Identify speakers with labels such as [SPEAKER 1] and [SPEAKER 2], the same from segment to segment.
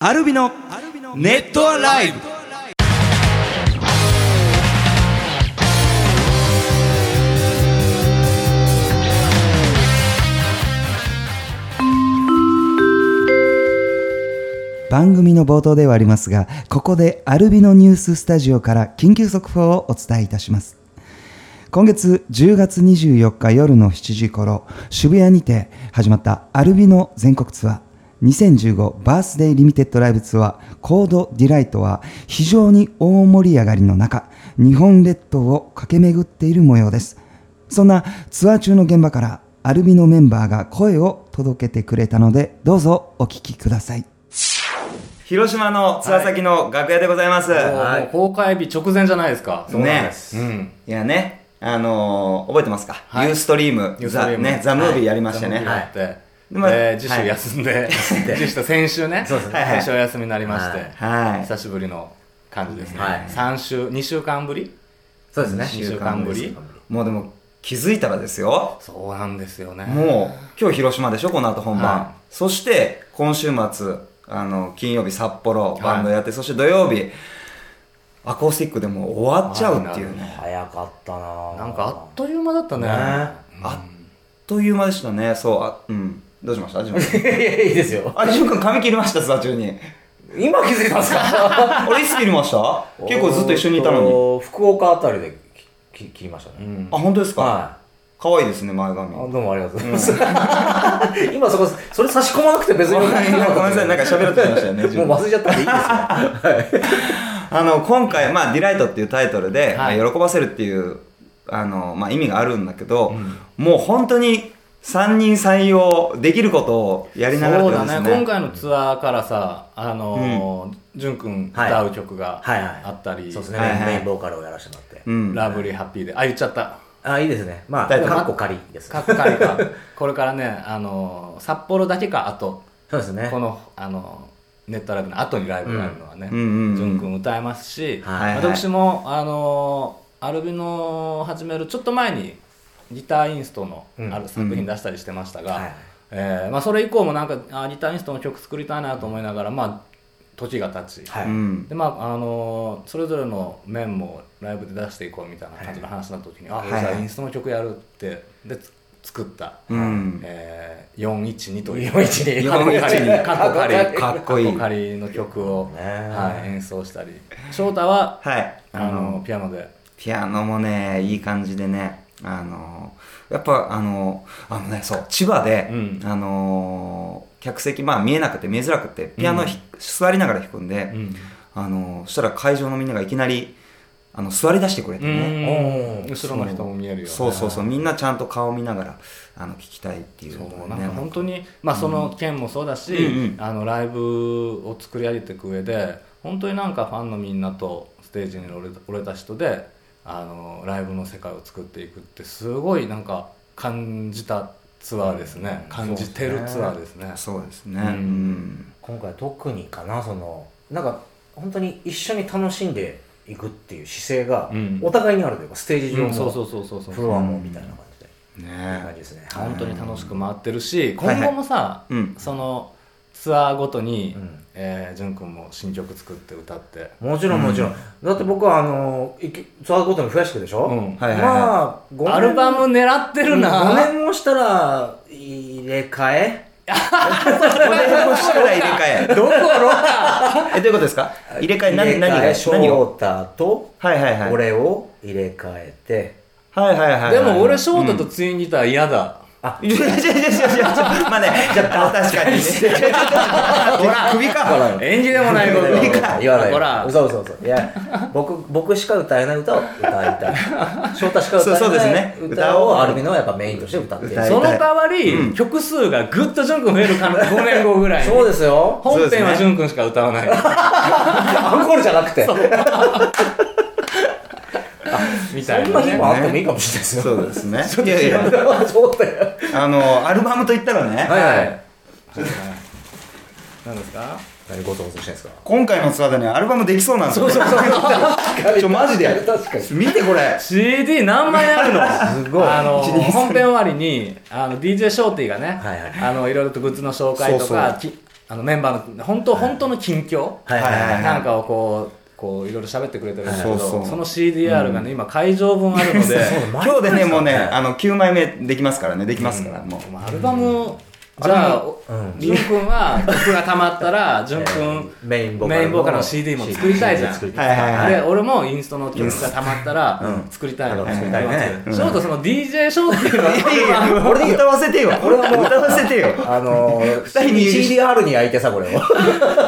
[SPEAKER 1] アルビのネットアライブ番組の冒頭ではありますがここでアルビのニューススタジオから緊急速報をお伝えいたします今月10月24日夜の7時頃渋谷にて始まったアルビの全国ツアー2015バースデーリミテッドライブツアーコードディライトは非常に大盛り上がりの中日本列島を駆け巡っている模様ですそんなツアー中の現場からアルビのメンバーが声を届けてくれたのでどうぞお聞きください広島のツアー先の楽屋でございます、
[SPEAKER 2] もう公開日直前じゃないですか。
[SPEAKER 1] そうなんです
[SPEAKER 2] うん。
[SPEAKER 1] いやね、あのー覚えてますか、
[SPEAKER 2] はい
[SPEAKER 1] ユーストリーム、
[SPEAKER 2] ユース
[SPEAKER 1] ザ
[SPEAKER 2] トリーム
[SPEAKER 1] ね、ザ・ムービーやりましたね。
[SPEAKER 2] はい
[SPEAKER 1] は
[SPEAKER 2] や
[SPEAKER 1] い
[SPEAKER 2] って。で
[SPEAKER 1] まあ
[SPEAKER 2] えー次週休ん で、 次週先週ね、
[SPEAKER 1] そうですね
[SPEAKER 2] 先週お休みになりまして、
[SPEAKER 1] はい
[SPEAKER 2] 久しぶりの感じですね。
[SPEAKER 3] はい
[SPEAKER 2] 3週、2週間ぶり
[SPEAKER 3] そうですね。
[SPEAKER 2] 二週間ぶり
[SPEAKER 1] もうでも、気づいたらですよ、
[SPEAKER 2] そうなんですよね。
[SPEAKER 1] もう、今日広島でしょ、この後本番。
[SPEAKER 2] は
[SPEAKER 1] そして、今週末、あの、金曜日札幌
[SPEAKER 2] い
[SPEAKER 1] バンドやって、そして土曜日、アコースティックでもう終わっちゃうっていうね。
[SPEAKER 3] 早かったなぁ
[SPEAKER 2] なんかあっという間だったね。
[SPEAKER 1] ねあっという間でしたね、そう、あ、うん。どうしましたアジュン君。
[SPEAKER 3] いやいやいいですよ。
[SPEAKER 1] アジュン君髪切りました、ツアー中に。
[SPEAKER 3] 今気づいたんですか
[SPEAKER 1] 俺いつ切りました結構ずっと一緒にいたのに。
[SPEAKER 3] に。福岡あたりできき切りましたね。
[SPEAKER 1] あ、本当ですか、
[SPEAKER 3] は
[SPEAKER 1] 可愛いですね、前
[SPEAKER 3] い。
[SPEAKER 1] 髪。
[SPEAKER 3] あどうもありがとうございます。 今そこ、それ差し込まなくて別に
[SPEAKER 1] ごめんなさい、なんか喋られてましたよね。自 分
[SPEAKER 3] もう忘れちゃったんでいいですよ。
[SPEAKER 1] あの、今回、まあ、ディライトっていうタイトルで、
[SPEAKER 2] はい
[SPEAKER 1] まあ喜ばせるっていう、あの、まあ、意味があるんだけど、もう本当に3人採用できることをやりながら
[SPEAKER 2] そ
[SPEAKER 1] っ
[SPEAKER 2] う
[SPEAKER 1] てこと
[SPEAKER 2] だ
[SPEAKER 1] で
[SPEAKER 2] ね
[SPEAKER 1] すね。
[SPEAKER 2] 今回のツアーからさ、あのー、淳くん歌う曲が
[SPEAKER 3] はいはい。
[SPEAKER 2] あったり
[SPEAKER 3] そう、ですね。
[SPEAKER 1] はいはい
[SPEAKER 3] メインボーカルをやらせてもらって。
[SPEAKER 1] うん。
[SPEAKER 2] ラブリーハッピーで、あ、言っちゃった。
[SPEAKER 3] あ、いいですね。まあ、
[SPEAKER 1] タイトル
[SPEAKER 3] かっこ仮です。
[SPEAKER 2] 各回がこれからねあの札幌だけかあと
[SPEAKER 3] そうですね
[SPEAKER 2] こ。のあのネットライブの後にライブがあるのはね
[SPEAKER 1] うんうんうんうん
[SPEAKER 2] ジュン君歌えますし、
[SPEAKER 3] はい
[SPEAKER 1] はい
[SPEAKER 2] 私もあのアルビノを始めるちょっと前にギターインストの
[SPEAKER 3] うん
[SPEAKER 2] ある作品出したりしてましたが、
[SPEAKER 3] はい
[SPEAKER 2] えーまあ、それ以降もなんかあギターインストの曲作りたいなと思いながら、まあ、時が経ち、
[SPEAKER 3] は
[SPEAKER 1] う
[SPEAKER 3] い。
[SPEAKER 1] ん。
[SPEAKER 2] でまああのそれぞれの面もライブで出していこうみたいな感じの話になった時に、
[SPEAKER 1] い
[SPEAKER 2] あ、
[SPEAKER 1] はい
[SPEAKER 2] じゃあインストの曲やるってでつ作った、
[SPEAKER 1] うん
[SPEAKER 2] えー、412という
[SPEAKER 3] 412
[SPEAKER 2] カッコ仮カッコ仮
[SPEAKER 1] かっこいい
[SPEAKER 2] カッコ仮の曲を、
[SPEAKER 3] ね
[SPEAKER 2] はい、演奏したり翔太は
[SPEAKER 1] はい。
[SPEAKER 2] あのピアノで
[SPEAKER 1] ピアノもね、いい感じでね、あの、やっぱあの、あのね、そう、千葉で、
[SPEAKER 2] うん
[SPEAKER 1] あの、客席、まあ見えなくて見えづらくて、ピアノひ、座りながら弾くんで、
[SPEAKER 2] うん
[SPEAKER 1] あの、そしたら会場のみんながいきなり、あの、座り出してくれてね。
[SPEAKER 3] おー
[SPEAKER 2] 後ろの人も見えるよ、ね、
[SPEAKER 1] そうそうそう、みんなちゃんと顔見ながら、あの、聞きたいっていう
[SPEAKER 2] そ
[SPEAKER 1] の
[SPEAKER 2] う
[SPEAKER 1] がね、
[SPEAKER 2] なんか本当に、まあ、その件もそうだし、
[SPEAKER 1] うんうん
[SPEAKER 2] あのライブを作り上げていく上で本当になんかファンのみんなとステージに乗れた俺た人であのライブの世界を作っていくってすごいなんか感じたツアーですね、感じてるツアーですね
[SPEAKER 1] そうですね。う
[SPEAKER 2] うん
[SPEAKER 1] ん。
[SPEAKER 3] 今回特にかなそのなんか本当に一緒に楽しんでいくっていう姿勢が
[SPEAKER 2] うん
[SPEAKER 3] お互いにあるというか、ステージ上
[SPEAKER 2] うんそうそう
[SPEAKER 3] も
[SPEAKER 2] そうそうそう
[SPEAKER 3] フロアもみたいな感じで、いい
[SPEAKER 1] ね
[SPEAKER 3] 感じですね、
[SPEAKER 2] 本当に楽しく回ってるし
[SPEAKER 1] はい
[SPEAKER 2] 今後もさ、
[SPEAKER 1] うん
[SPEAKER 2] そのツアーごとに、
[SPEAKER 3] うん
[SPEAKER 2] えー、淳君も新曲作って歌って
[SPEAKER 3] もちろんもちろん、だって僕はあのいきツアーごとに増やしていくでしょ、
[SPEAKER 2] うん
[SPEAKER 1] はいはいはい
[SPEAKER 3] まあ5年
[SPEAKER 2] アルバム狙ってるな、
[SPEAKER 3] 5年もしたら入れ替え
[SPEAKER 1] お願いをしたら入れ 替え。
[SPEAKER 3] どころか
[SPEAKER 1] え、どういうことですか入れ替え、な何が
[SPEAKER 3] 翔
[SPEAKER 1] 何を
[SPEAKER 3] 太と
[SPEAKER 1] はいはいはい。
[SPEAKER 3] 俺を入れ替えて、
[SPEAKER 1] はいはいはいはい。
[SPEAKER 2] でも俺
[SPEAKER 1] う
[SPEAKER 2] 翔太とツインギター嫌だ、
[SPEAKER 1] ん。いやいやいやいやいやいやまあね、じゃあ確かにね。ほら、首か。
[SPEAKER 2] 演技でもないこと
[SPEAKER 3] 言わない言わない
[SPEAKER 2] ほら
[SPEAKER 3] 嘘嘘嘘いや僕僕しか歌えない歌を歌いたい翔太しか歌えない
[SPEAKER 1] そうそうですね
[SPEAKER 3] 歌をアルミのやっぱメインとして歌ってる
[SPEAKER 1] 歌い
[SPEAKER 2] その代わり、
[SPEAKER 1] うん
[SPEAKER 2] 曲数がぐっとジュン君増えるかな5年後ぐらいに
[SPEAKER 3] そうですよ
[SPEAKER 2] 本編は
[SPEAKER 1] そ
[SPEAKER 2] ジュン君しか歌わない、
[SPEAKER 3] アンコールじゃなくてそ
[SPEAKER 2] みたい
[SPEAKER 3] ん
[SPEAKER 2] な
[SPEAKER 3] な
[SPEAKER 2] ね
[SPEAKER 3] 日もあってもいいかもしれないですよ
[SPEAKER 1] そうですね。いやいや、
[SPEAKER 3] そうだよ
[SPEAKER 1] あの、アルバムといったらね、
[SPEAKER 3] はいはい
[SPEAKER 2] 何ですか
[SPEAKER 3] 何ごとごとしてんですか
[SPEAKER 1] 今回のツアーでね、アルバムできそうなんですよ。ちょ、マジで。
[SPEAKER 3] 確かに
[SPEAKER 1] 見てこれ。
[SPEAKER 2] CD 何枚あるの
[SPEAKER 3] すごい
[SPEAKER 2] あの
[SPEAKER 1] 一二三
[SPEAKER 2] 本編終わりにあの DJ ショーティーがね、
[SPEAKER 3] はいはい
[SPEAKER 2] あのいろいろとグッズの紹介とか
[SPEAKER 1] そうそう
[SPEAKER 2] きあのメンバーの本当本当の近況
[SPEAKER 3] はいはいはいはい
[SPEAKER 2] なんかをこうこういろいろ喋ってくれてるんですけど
[SPEAKER 1] そうそう
[SPEAKER 2] その CDR がね今会場分あるの で
[SPEAKER 1] 今日でね、もうね、
[SPEAKER 3] はい
[SPEAKER 1] あの、9枚目できますからね、できますから、
[SPEAKER 2] うん
[SPEAKER 1] もう。
[SPEAKER 2] アルバムじゃあ
[SPEAKER 3] うん
[SPEAKER 2] 潤くんは曲がたまったら潤くん
[SPEAKER 3] メインボーカル
[SPEAKER 2] メインボーカルの CD も作りたいじゃん
[SPEAKER 3] CD
[SPEAKER 1] はいはいはい
[SPEAKER 2] で俺もインストの曲がたまったら
[SPEAKER 3] うん
[SPEAKER 2] 作りたい
[SPEAKER 3] あ
[SPEAKER 2] の
[SPEAKER 3] の作りたいね
[SPEAKER 2] ショートその DJ ショーっていうの
[SPEAKER 1] いやいやいや、俺に歌わせてよ。俺はもう歌わせてよ。
[SPEAKER 3] あのー、
[SPEAKER 1] 人に
[SPEAKER 3] CDR に焼いてさ、これを。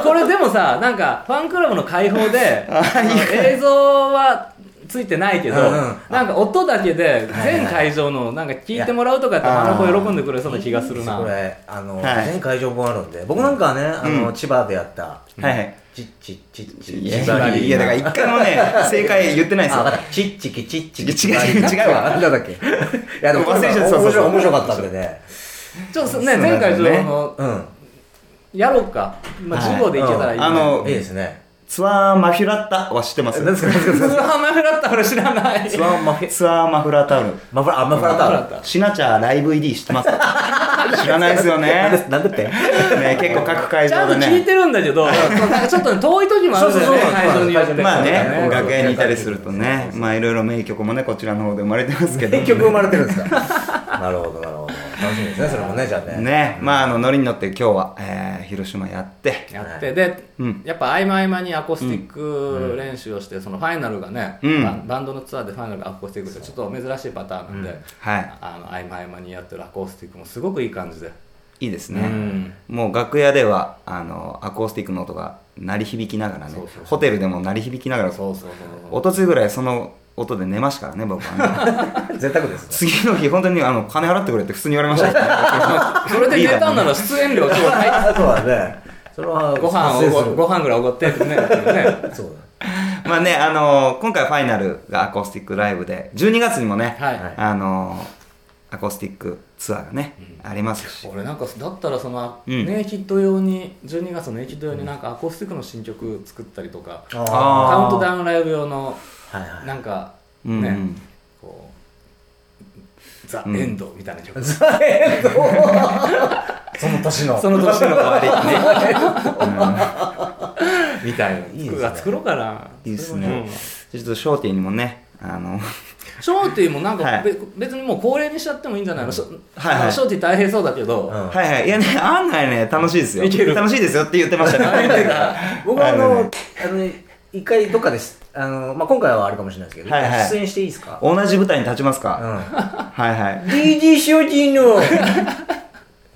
[SPEAKER 2] これでもさなんかファンクラブの開放で
[SPEAKER 1] あ
[SPEAKER 2] あの映像はついてないけど、
[SPEAKER 3] うんうん
[SPEAKER 2] なんか音だけで
[SPEAKER 3] はい
[SPEAKER 2] 全会場のなんか聞いてもらうとかってあの子喜んでくれそうな気がするな
[SPEAKER 3] これ、あの
[SPEAKER 1] は
[SPEAKER 3] ー、
[SPEAKER 1] い
[SPEAKER 3] 全会場分あるんで、僕なんかはね、あの
[SPEAKER 1] う
[SPEAKER 3] ー、千葉でやった、
[SPEAKER 1] はいはい。
[SPEAKER 3] チッチッチッチ
[SPEAKER 1] い
[SPEAKER 3] ッ
[SPEAKER 1] や
[SPEAKER 3] チバリーナ。
[SPEAKER 1] いやだから一回もね、正解言ってないです
[SPEAKER 3] あ、
[SPEAKER 1] よ
[SPEAKER 3] 分。かった。チッチキチッチキ。
[SPEAKER 1] 違う違う違うわ
[SPEAKER 3] なんだっけ。いや、でも、
[SPEAKER 1] 忘れちゃ
[SPEAKER 3] 面白い
[SPEAKER 1] ったそうそうそう
[SPEAKER 3] 面白かったんでね。
[SPEAKER 2] ちょっとね全会場の
[SPEAKER 3] うん。
[SPEAKER 2] やろうか、まあ、
[SPEAKER 1] はい
[SPEAKER 2] 授業でいけたらいい、ね
[SPEAKER 1] あの
[SPEAKER 3] いいですね。
[SPEAKER 1] ツアーマフラタは知ってます
[SPEAKER 3] 何ですか何です
[SPEAKER 2] 通
[SPEAKER 3] か
[SPEAKER 2] 販マフラッタ俺知らない
[SPEAKER 3] ツアーマフィ
[SPEAKER 1] ツアーマフラータオル。
[SPEAKER 3] マフラ、あ、マフラタール。
[SPEAKER 1] シナチャーライブ ED 知 ってます知らないですよ
[SPEAKER 3] なん
[SPEAKER 1] ね
[SPEAKER 3] で。なんでって
[SPEAKER 1] ね結構各会
[SPEAKER 2] ちゃ
[SPEAKER 1] 場
[SPEAKER 2] んと
[SPEAKER 1] で
[SPEAKER 2] 聞い
[SPEAKER 1] ね。
[SPEAKER 2] てるんだけど、なんかちょっとね遠い時もあるんだよね
[SPEAKER 3] そうそうそう
[SPEAKER 2] 会場によって
[SPEAKER 1] まあね、
[SPEAKER 3] 音
[SPEAKER 1] 楽
[SPEAKER 3] 楽
[SPEAKER 1] 屋
[SPEAKER 3] 屋
[SPEAKER 1] に
[SPEAKER 3] に
[SPEAKER 1] い
[SPEAKER 3] い
[SPEAKER 1] た
[SPEAKER 3] た
[SPEAKER 1] り
[SPEAKER 3] り
[SPEAKER 1] す
[SPEAKER 3] す
[SPEAKER 1] る
[SPEAKER 3] る
[SPEAKER 1] と
[SPEAKER 3] と
[SPEAKER 1] ね
[SPEAKER 3] ね、
[SPEAKER 1] まあいろいろ名曲もね、こちらの方で生まれてますけど。
[SPEAKER 3] 結局生まれてるんですか なるほど、なるほど。楽しみですね、それもね、じゃあね。
[SPEAKER 1] ね、まああの、ノリに乗って今日は、えー広島やって、
[SPEAKER 2] やってで、
[SPEAKER 1] うん
[SPEAKER 2] やっぱ合間合間にアコースティック練習をして、そのファイナルがね、
[SPEAKER 1] うん
[SPEAKER 2] バンバンドのツアーでファイナルがアコースティックってちょっと珍しいパターンなんで、
[SPEAKER 1] はい。
[SPEAKER 2] あの合間合間にやってるアコースティックもすごくいい感じで、
[SPEAKER 1] いいです
[SPEAKER 2] う
[SPEAKER 1] ね。
[SPEAKER 2] ん
[SPEAKER 1] もう楽屋では、あの、アコースティックの音が鳴り響きながらね
[SPEAKER 2] そうそうそ、う
[SPEAKER 1] ホテルでも鳴り響きながら、
[SPEAKER 2] そうそうそう
[SPEAKER 1] おとついぐらいその音で寝ましたからね、僕は ね。
[SPEAKER 3] 贅沢 ですね。
[SPEAKER 1] 次の日、本当にあの金払ってくれって普通に言われましたからね
[SPEAKER 2] それで寝たんなら出演料ちょうだい
[SPEAKER 3] あそうだね。 それは、
[SPEAKER 2] ご飯を
[SPEAKER 3] 発生
[SPEAKER 2] ご
[SPEAKER 3] する
[SPEAKER 2] ご飯ぐらいおごってってねっていうね
[SPEAKER 3] そう
[SPEAKER 1] まあね、あの今回ファイナルがアコースティックライブで、12月にもね、
[SPEAKER 2] はい、
[SPEAKER 3] はい
[SPEAKER 1] あのアコースティックツアーがね、ありますし。
[SPEAKER 2] 俺なんかだったらその、
[SPEAKER 1] うん
[SPEAKER 2] ネイキッド用に12月のネイキッド用になんかアコースティックの新曲作ったりとか、
[SPEAKER 3] だ。
[SPEAKER 1] あー
[SPEAKER 2] カウントダウンライブ用の
[SPEAKER 3] はいはい。
[SPEAKER 2] なんか
[SPEAKER 1] う
[SPEAKER 2] ね、
[SPEAKER 1] んうん
[SPEAKER 2] こうザ・
[SPEAKER 1] うん
[SPEAKER 2] エンドみたいな曲、
[SPEAKER 3] えっと、その年の。
[SPEAKER 2] その年の終わりね
[SPEAKER 1] うん
[SPEAKER 2] みたいない
[SPEAKER 3] いですね
[SPEAKER 2] 曲が作ろうかない
[SPEAKER 1] いです
[SPEAKER 2] う
[SPEAKER 1] ね
[SPEAKER 2] ん。
[SPEAKER 1] ちょっとショーティーにもね、あの
[SPEAKER 2] ショーティーもなんか、
[SPEAKER 1] はい
[SPEAKER 2] べ別にもう恒例にしちゃってもいいんじゃないの,ショ、
[SPEAKER 1] はいはい
[SPEAKER 2] あのショーティー大変そうだけど、
[SPEAKER 3] うん
[SPEAKER 1] はいはい。いやね、案外ね、楽しいですよ。
[SPEAKER 2] いける
[SPEAKER 1] 楽しいですよって言ってましたね。
[SPEAKER 3] 僕はあ
[SPEAKER 1] はいはいは
[SPEAKER 3] の
[SPEAKER 1] い、
[SPEAKER 3] あの、一回どっかです。あの、まあ、今回はあれかもしれないですけど、
[SPEAKER 1] はいはい
[SPEAKER 3] 出演していいですか
[SPEAKER 1] 同じ舞台に立ちます
[SPEAKER 3] う
[SPEAKER 1] か、
[SPEAKER 3] ん。
[SPEAKER 1] はいはい。
[SPEAKER 3] DJ ショーティーの。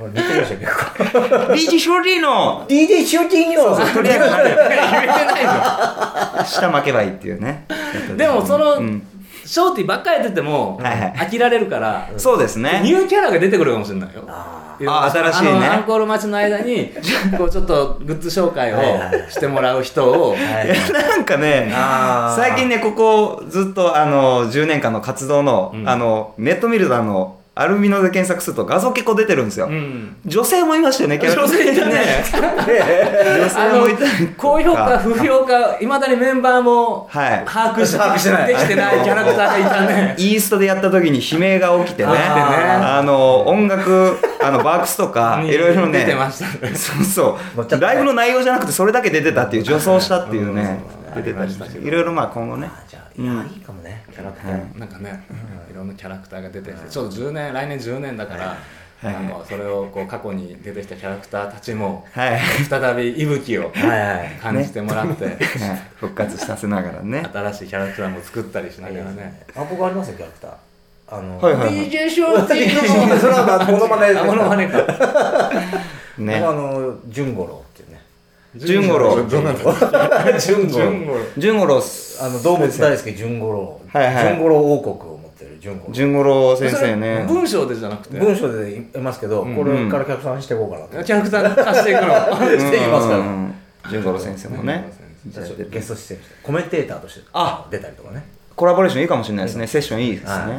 [SPEAKER 3] 俺見てました結構。
[SPEAKER 1] ビーチショーティーの
[SPEAKER 3] DJ ショーティーの。
[SPEAKER 1] とりあえずなる よ
[SPEAKER 2] 言えてないの
[SPEAKER 1] 下負けばいいっていうね。
[SPEAKER 2] でもその、
[SPEAKER 1] うん
[SPEAKER 2] ショーティーばっかりやってても、
[SPEAKER 1] はいはい
[SPEAKER 2] 飽きられるから、
[SPEAKER 1] そうですね
[SPEAKER 2] ニ。ューキャラが出てくるかもしれないよ。
[SPEAKER 3] あ
[SPEAKER 1] あ新しいね
[SPEAKER 2] あのアンコール待ちの間に、こうちょっとグッズ紹介
[SPEAKER 3] はいはいは
[SPEAKER 2] をしてもらう人を、
[SPEAKER 3] ーはい
[SPEAKER 1] いやなんかね、
[SPEAKER 3] あー
[SPEAKER 1] 最近ね、ここずっとあの10年間の活動の、
[SPEAKER 2] うん
[SPEAKER 1] あのネット見るとあの、アルミノで検索すると画像結構出てるんですよ。
[SPEAKER 2] うん。
[SPEAKER 1] 女性もいましたよね、キャラ
[SPEAKER 2] 女性いたね。
[SPEAKER 1] 女
[SPEAKER 2] あ
[SPEAKER 1] 性
[SPEAKER 2] の
[SPEAKER 1] もいたりとか、
[SPEAKER 2] 高評価、不評価、いまだにメンバーも
[SPEAKER 1] はい
[SPEAKER 2] 把握し
[SPEAKER 3] 把握してない
[SPEAKER 2] できてないキャラクターがいたね。
[SPEAKER 1] イーストでやった時に悲鳴が起きてね、
[SPEAKER 2] 起きてね
[SPEAKER 1] あの音楽、あのバークスと か、いろいろね
[SPEAKER 2] 出、てましたね。
[SPEAKER 1] そうそ
[SPEAKER 3] 乗っちゃ
[SPEAKER 1] う、
[SPEAKER 3] った
[SPEAKER 1] ライブの内容じゃなくて、それだけ出てたっていう、女装したっていうね、出てたりして、いろいろまあ今後ね。
[SPEAKER 3] あじゃあいやいいかもねキャラクター
[SPEAKER 2] なんかね、いろんなキャラクターが出てきて、ちょっと10年、来年10年だから、なんかそれをこう過去に出てきたキャラクターたちも、
[SPEAKER 1] はい
[SPEAKER 2] 再び息吹を
[SPEAKER 3] はいはい
[SPEAKER 2] 感じてもらって、
[SPEAKER 1] はい復活させなが らね。
[SPEAKER 2] 新しいキャラクターも作ったりしながらね。
[SPEAKER 3] 憧れますよキャラクターあの
[SPEAKER 1] はいはい
[SPEAKER 2] DJ ショーティー
[SPEAKER 3] そうそれはまあモノマネです
[SPEAKER 2] あモノマネか。
[SPEAKER 1] ね
[SPEAKER 3] 僕。あの純五郎っていうね
[SPEAKER 1] 純五郎
[SPEAKER 2] どうなんだろう
[SPEAKER 3] 純五
[SPEAKER 2] 純
[SPEAKER 3] 郎
[SPEAKER 2] 五郎。
[SPEAKER 1] 純五郎
[SPEAKER 3] あの動物大好き純五郎
[SPEAKER 1] はいはい
[SPEAKER 3] 純五郎王国を持ってる純五郎
[SPEAKER 1] 純五郎先
[SPEAKER 2] そ
[SPEAKER 1] 生
[SPEAKER 2] れ
[SPEAKER 1] ね
[SPEAKER 2] 文章でじゃなくて、
[SPEAKER 3] 文章で言いますけどこれから客さんしていこうかなと
[SPEAKER 2] キャラクター化していくの。
[SPEAKER 3] していきますから
[SPEAKER 1] うんうんうん純五郎先生もね
[SPEAKER 3] じゃあちょっとゲスト出演してコメンテーターとして
[SPEAKER 1] あ
[SPEAKER 3] 出たりとかね
[SPEAKER 1] コラボレーションいいかもしれないですねセッションいいです
[SPEAKER 3] は
[SPEAKER 1] ね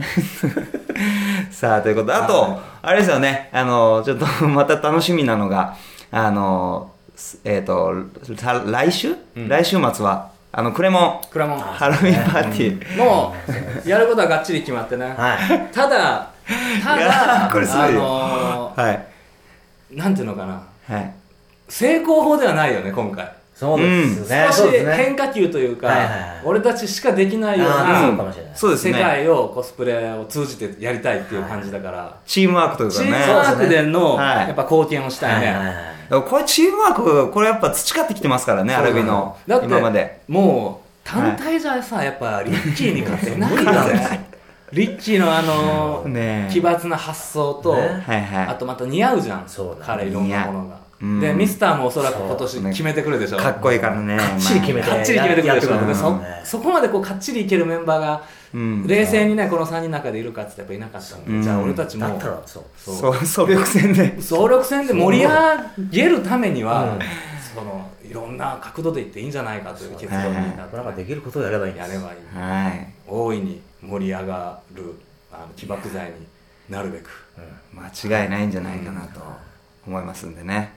[SPEAKER 1] さあということであとあれですよねあのちょっと また楽しみなのがあのすえっとさ来週
[SPEAKER 2] うん
[SPEAKER 1] 来週末はあのクレモン
[SPEAKER 2] くらもん。
[SPEAKER 1] ハロウィンパーティー
[SPEAKER 2] もう、やることはがっちり決まってね。
[SPEAKER 3] はい
[SPEAKER 2] ただ、た
[SPEAKER 1] いやー
[SPEAKER 2] だ、
[SPEAKER 1] これすごいよ
[SPEAKER 2] あの
[SPEAKER 1] はい
[SPEAKER 2] ー、なんていうのかな。
[SPEAKER 1] はい
[SPEAKER 2] 成功法ではないよね今回
[SPEAKER 3] そうですね、
[SPEAKER 2] 少
[SPEAKER 3] そうで
[SPEAKER 2] し
[SPEAKER 3] すね
[SPEAKER 2] 変化球というか、
[SPEAKER 3] はいはいはい
[SPEAKER 2] 俺たちしかできないよう
[SPEAKER 3] あーそう
[SPEAKER 2] な
[SPEAKER 3] かもしれない
[SPEAKER 1] そうです
[SPEAKER 2] 世
[SPEAKER 1] ね
[SPEAKER 2] 界をコスプレを通じてやりたいっていう感じだから、
[SPEAKER 1] チームワークというか
[SPEAKER 2] チ
[SPEAKER 1] ね
[SPEAKER 2] ームワークでの、
[SPEAKER 1] はい
[SPEAKER 2] やっぱ貢献をしたいね、
[SPEAKER 3] はいはいはい
[SPEAKER 1] だからこれチームワークこれやっぱ培ってきてますからねアルビの
[SPEAKER 2] だって
[SPEAKER 1] 今まで
[SPEAKER 2] もう単体じゃさ、やっぱリッキーに勝てない だろリッキーのあのー
[SPEAKER 1] ねえ
[SPEAKER 2] 奇抜な発想と、
[SPEAKER 3] ね
[SPEAKER 1] はいはい
[SPEAKER 2] あとまた似合うじゃん、
[SPEAKER 3] そうだね
[SPEAKER 2] 彼いろんなものが
[SPEAKER 1] 似合う
[SPEAKER 2] で
[SPEAKER 1] うん
[SPEAKER 2] ミスターもおそらく今
[SPEAKER 1] そ
[SPEAKER 2] 年
[SPEAKER 1] うね
[SPEAKER 2] 決めてくるでしょ
[SPEAKER 1] かっこいいからね
[SPEAKER 3] かっちり決めて
[SPEAKER 2] かっちり決めてくるでしょ
[SPEAKER 3] やっ
[SPEAKER 2] で
[SPEAKER 3] てくる
[SPEAKER 2] そ
[SPEAKER 3] ね
[SPEAKER 2] そこまでこうかっちりいけるメンバーが、
[SPEAKER 1] うん
[SPEAKER 2] 冷静にねこの3人の中でいるかっつってやっぱいなかったんで、
[SPEAKER 1] うん
[SPEAKER 2] じゃあ俺たち
[SPEAKER 3] だっ
[SPEAKER 2] も
[SPEAKER 3] たらそう
[SPEAKER 2] そう
[SPEAKER 1] そう 総力戦で
[SPEAKER 2] 総力戦で盛り上げるためには、
[SPEAKER 3] うん
[SPEAKER 2] そのいろんな角度でいっていいんじゃないかという結論になっ
[SPEAKER 3] なんか
[SPEAKER 2] て、
[SPEAKER 3] できることをやればいいんで
[SPEAKER 2] や
[SPEAKER 3] す
[SPEAKER 2] ればいい
[SPEAKER 1] はい
[SPEAKER 2] 大いに盛り上がるあの起爆剤になるべく
[SPEAKER 1] 間違いないんじゃないかなと思いますんでね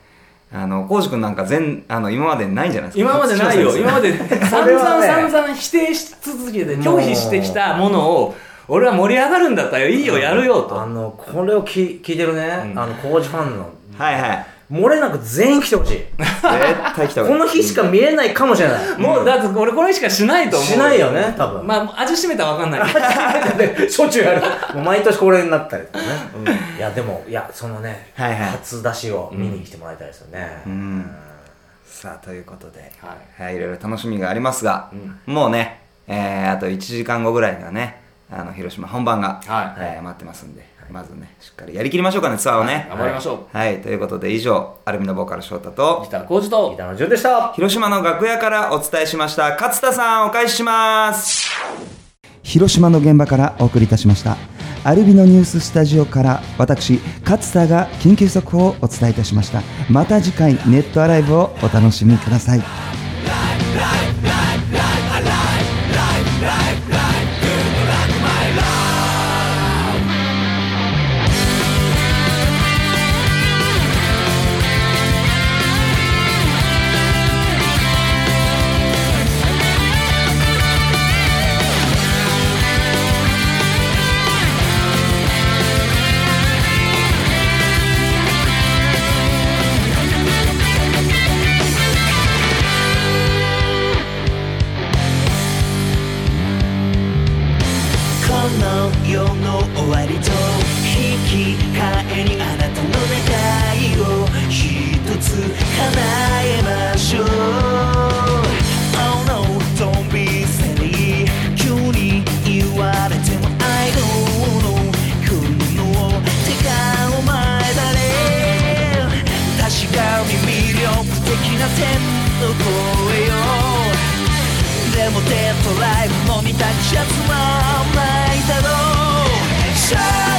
[SPEAKER 1] あの浩司君なんか全あの今までないんじゃないですか
[SPEAKER 2] 今までないよ
[SPEAKER 1] そう
[SPEAKER 2] 今まで散
[SPEAKER 3] れは
[SPEAKER 2] 々
[SPEAKER 3] ね
[SPEAKER 2] 散々否定し続けて拒否してきたものを俺は盛り上がるんだったよいいよやるよ
[SPEAKER 3] あ
[SPEAKER 2] と
[SPEAKER 3] のこれをき聞いてるね、
[SPEAKER 2] うん
[SPEAKER 3] あの工事ファンの
[SPEAKER 1] はいはい
[SPEAKER 3] 漏れなく全員来てほしい
[SPEAKER 1] 絶対来
[SPEAKER 3] こ
[SPEAKER 1] た方がいい
[SPEAKER 3] の日しか見れないかもしれない、
[SPEAKER 2] もうだって俺これしかしないと思う
[SPEAKER 3] しないよね多分、
[SPEAKER 2] まあ味しめたら分かんないけど
[SPEAKER 3] しょっちゅうやるもう毎年恒例になったりとかね、いやでもいやそのね、
[SPEAKER 1] はいはい
[SPEAKER 3] 初出しを見に来てもらいたいですよね、
[SPEAKER 1] うんさあということで、
[SPEAKER 2] は
[SPEAKER 1] はい、いろいろ楽しみがありますが、
[SPEAKER 2] う
[SPEAKER 1] もうね、えーあと1時間後ぐらいにはねあの広島本番が、
[SPEAKER 2] はい
[SPEAKER 1] えー待ってますんで、まずねしっかりやりきりましょうかねツアーをね、
[SPEAKER 2] 頑張りましょ
[SPEAKER 1] はい、ということで以上アルミのボーカル翔太
[SPEAKER 2] う
[SPEAKER 1] と
[SPEAKER 2] ギター工事
[SPEAKER 3] ギ
[SPEAKER 2] と
[SPEAKER 3] ターの順でした
[SPEAKER 1] 広島の楽屋からお伝えしました勝田さんお返しします
[SPEAKER 4] 広島の現場からお送りいたしましたアルビノニューススタジオから私勝田が緊急速報をお伝えいたしましたまた次回ネットアライブをお楽しみください
[SPEAKER 5] この世の終わりと引き換えにあなたの願いを一つ叶えましょう Oh no, don't be silly 急に言われても I don't know 来るのをてかお前だね確かに魅力的な天の声よでもデッドライブも見たくちゃつまんないだろう Shine